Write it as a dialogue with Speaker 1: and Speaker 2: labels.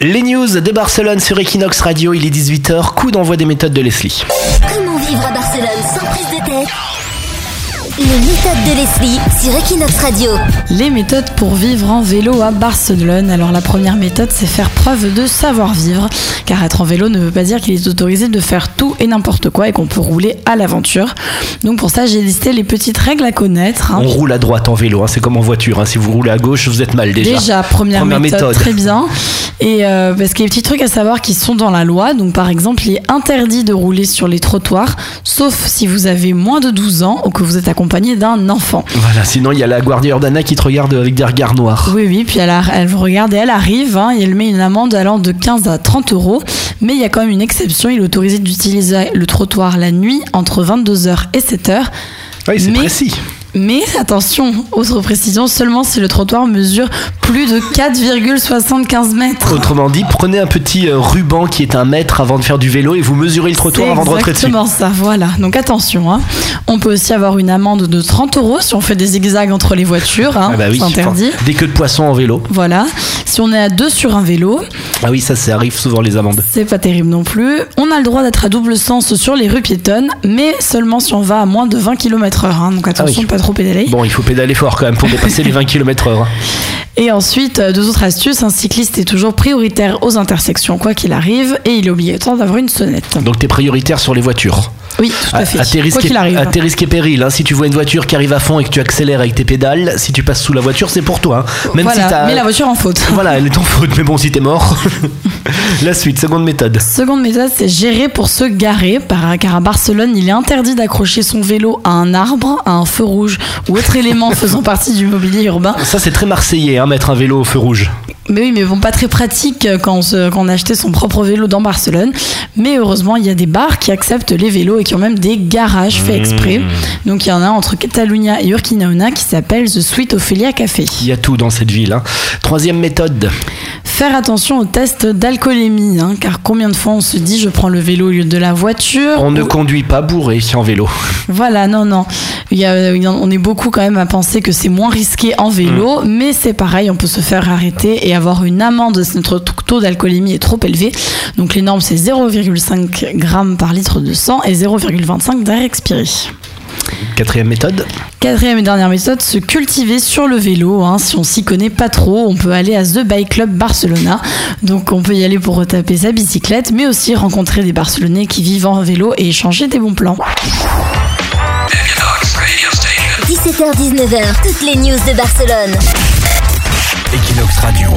Speaker 1: Les news de Barcelone sur Equinox Radio, il est 18h, coup d'envoi des méthodes de Leslie.
Speaker 2: Comment vivre à Barcelone sans prise de tête Les méthodes de Leslie sur Equinox Radio.
Speaker 3: Les méthodes pour vivre en vélo à Barcelone. Alors la première méthode, c'est faire preuve de savoir-vivre, car être en vélo ne veut pas dire qu'il est autorisé de faire tout et n'importe quoi et qu'on peut rouler à l'aventure. Donc pour ça, j'ai listé les petites règles à connaître. hein.
Speaker 1: On roule à droite en vélo, hein, c'est comme en voiture, hein, si vous roulez à gauche, vous êtes mal déjà.
Speaker 3: Déjà, première,
Speaker 1: Première
Speaker 3: méthode,
Speaker 1: méthode.
Speaker 3: très bien. Et euh, parce qu'il y a des petits trucs à savoir qui sont dans la loi. Donc par exemple, il est interdit de rouler sur les trottoirs, sauf si vous avez moins de 12 ans ou que vous êtes accompagné d'un enfant.
Speaker 1: Voilà, sinon il y a la Guardia Urbana qui te regarde avec des regards noirs.
Speaker 3: Oui, oui, puis elle, a- elle vous regarde et elle arrive, hein, et elle met une amende allant de 15 à 30 euros. Mais il y a quand même une exception, il est autorisé d'utiliser le trottoir la nuit entre 22h et 7h.
Speaker 1: Oui, c'est
Speaker 3: Mais-
Speaker 1: précis.
Speaker 3: Mais attention, autre précision, seulement si le trottoir mesure plus de 4,75 mètres.
Speaker 1: Autrement dit, prenez un petit euh, ruban qui est un mètre avant de faire du vélo et vous mesurez le trottoir
Speaker 3: C'est
Speaker 1: avant de rentrer dessus.
Speaker 3: Exactement ça, voilà. Donc attention, hein. on peut aussi avoir une amende de 30 euros si on fait des zigzags entre les voitures, hein,
Speaker 1: Ah bah oui,
Speaker 3: c'est interdit.
Speaker 1: enfin, des queues de poisson en vélo.
Speaker 3: Voilà. Si on est à deux sur un vélo,
Speaker 1: Ah oui, ça, ça arrive souvent les amendes.
Speaker 3: C'est pas terrible non plus. On a le droit d'être à double sens sur les rues piétonnes, mais seulement si on va à moins de 20 km/h. hein. Donc attention,
Speaker 1: Ah oui.
Speaker 3: pas trop pédaler.
Speaker 1: Bon, il faut pédaler fort quand même pour dépasser les 20 km/h.
Speaker 3: Et ensuite, euh, deux autres astuces. Un cycliste est toujours prioritaire aux intersections, quoi qu'il arrive, et il est obligatoire d'avoir une sonnette.
Speaker 1: Donc t'es prioritaire sur les voitures.
Speaker 3: Oui, tout à, fait.
Speaker 1: À, tes
Speaker 3: quoi
Speaker 1: risques et,
Speaker 3: qu'il arrive.
Speaker 1: à tes risques et périls. hein. Si tu vois une voiture qui arrive à fond et que tu accélères avec tes pédales, si tu passes sous la voiture, c'est pour toi. hein. Même
Speaker 3: voilà,
Speaker 1: si t'as-
Speaker 3: mais la voiture en faute.
Speaker 1: Voilà, elle est en faute, mais bon, si t'es mort. la suite, seconde méthode.
Speaker 3: Seconde méthode, c'est gérer pour se garer, par- car à Barcelone, il est interdit d'accrocher son vélo à un arbre, à un feu rouge ou autre élément faisant partie du mobilier urbain.
Speaker 1: Ça, c'est très marseillais, hein, mettre un vélo au feu rouge.
Speaker 3: Mais oui, mais bon, pas très pratique euh, quand on, se- quand on achetait son propre vélo dans Barcelone. Mais heureusement, il y a des bars qui acceptent les vélos et qui ont même des garages faits exprès.
Speaker 1: Mmh.
Speaker 3: Donc il y en a entre Catalunya et Urquinaona qui s'appelle The Sweet Ophelia Café.
Speaker 1: Il y a tout dans cette ville. hein. Troisième méthode.
Speaker 3: Faire attention aux tests d'alcoolémie, hein, car combien de fois on se dit je prends le vélo au lieu de la voiture
Speaker 1: On ne
Speaker 3: Ou-
Speaker 1: conduit pas bourré en vélo.
Speaker 3: Voilà, non, non. Il y a- il y en- on est beaucoup quand même à penser que c'est moins risqué en vélo, mais c'est pareil, on peut se faire arrêter et avoir une amende si notre t- taux d'alcoolémie est trop élevé. Donc les normes, c'est 0,5 g par litre de sang et 0,25 d'air expiré.
Speaker 1: Quatrième méthode.
Speaker 3: Quatrième et dernière méthode, se cultiver sur le vélo. hein. Si on s'y connaît pas trop, on peut aller à The Bike Club Barcelona. Donc on peut y aller pour retaper sa bicyclette, mais aussi rencontrer des Barcelonais qui vivent en vélo et échanger des bons plans.
Speaker 2: 17h-19h, toutes les news de Barcelone.
Speaker 4: Equinox Radio.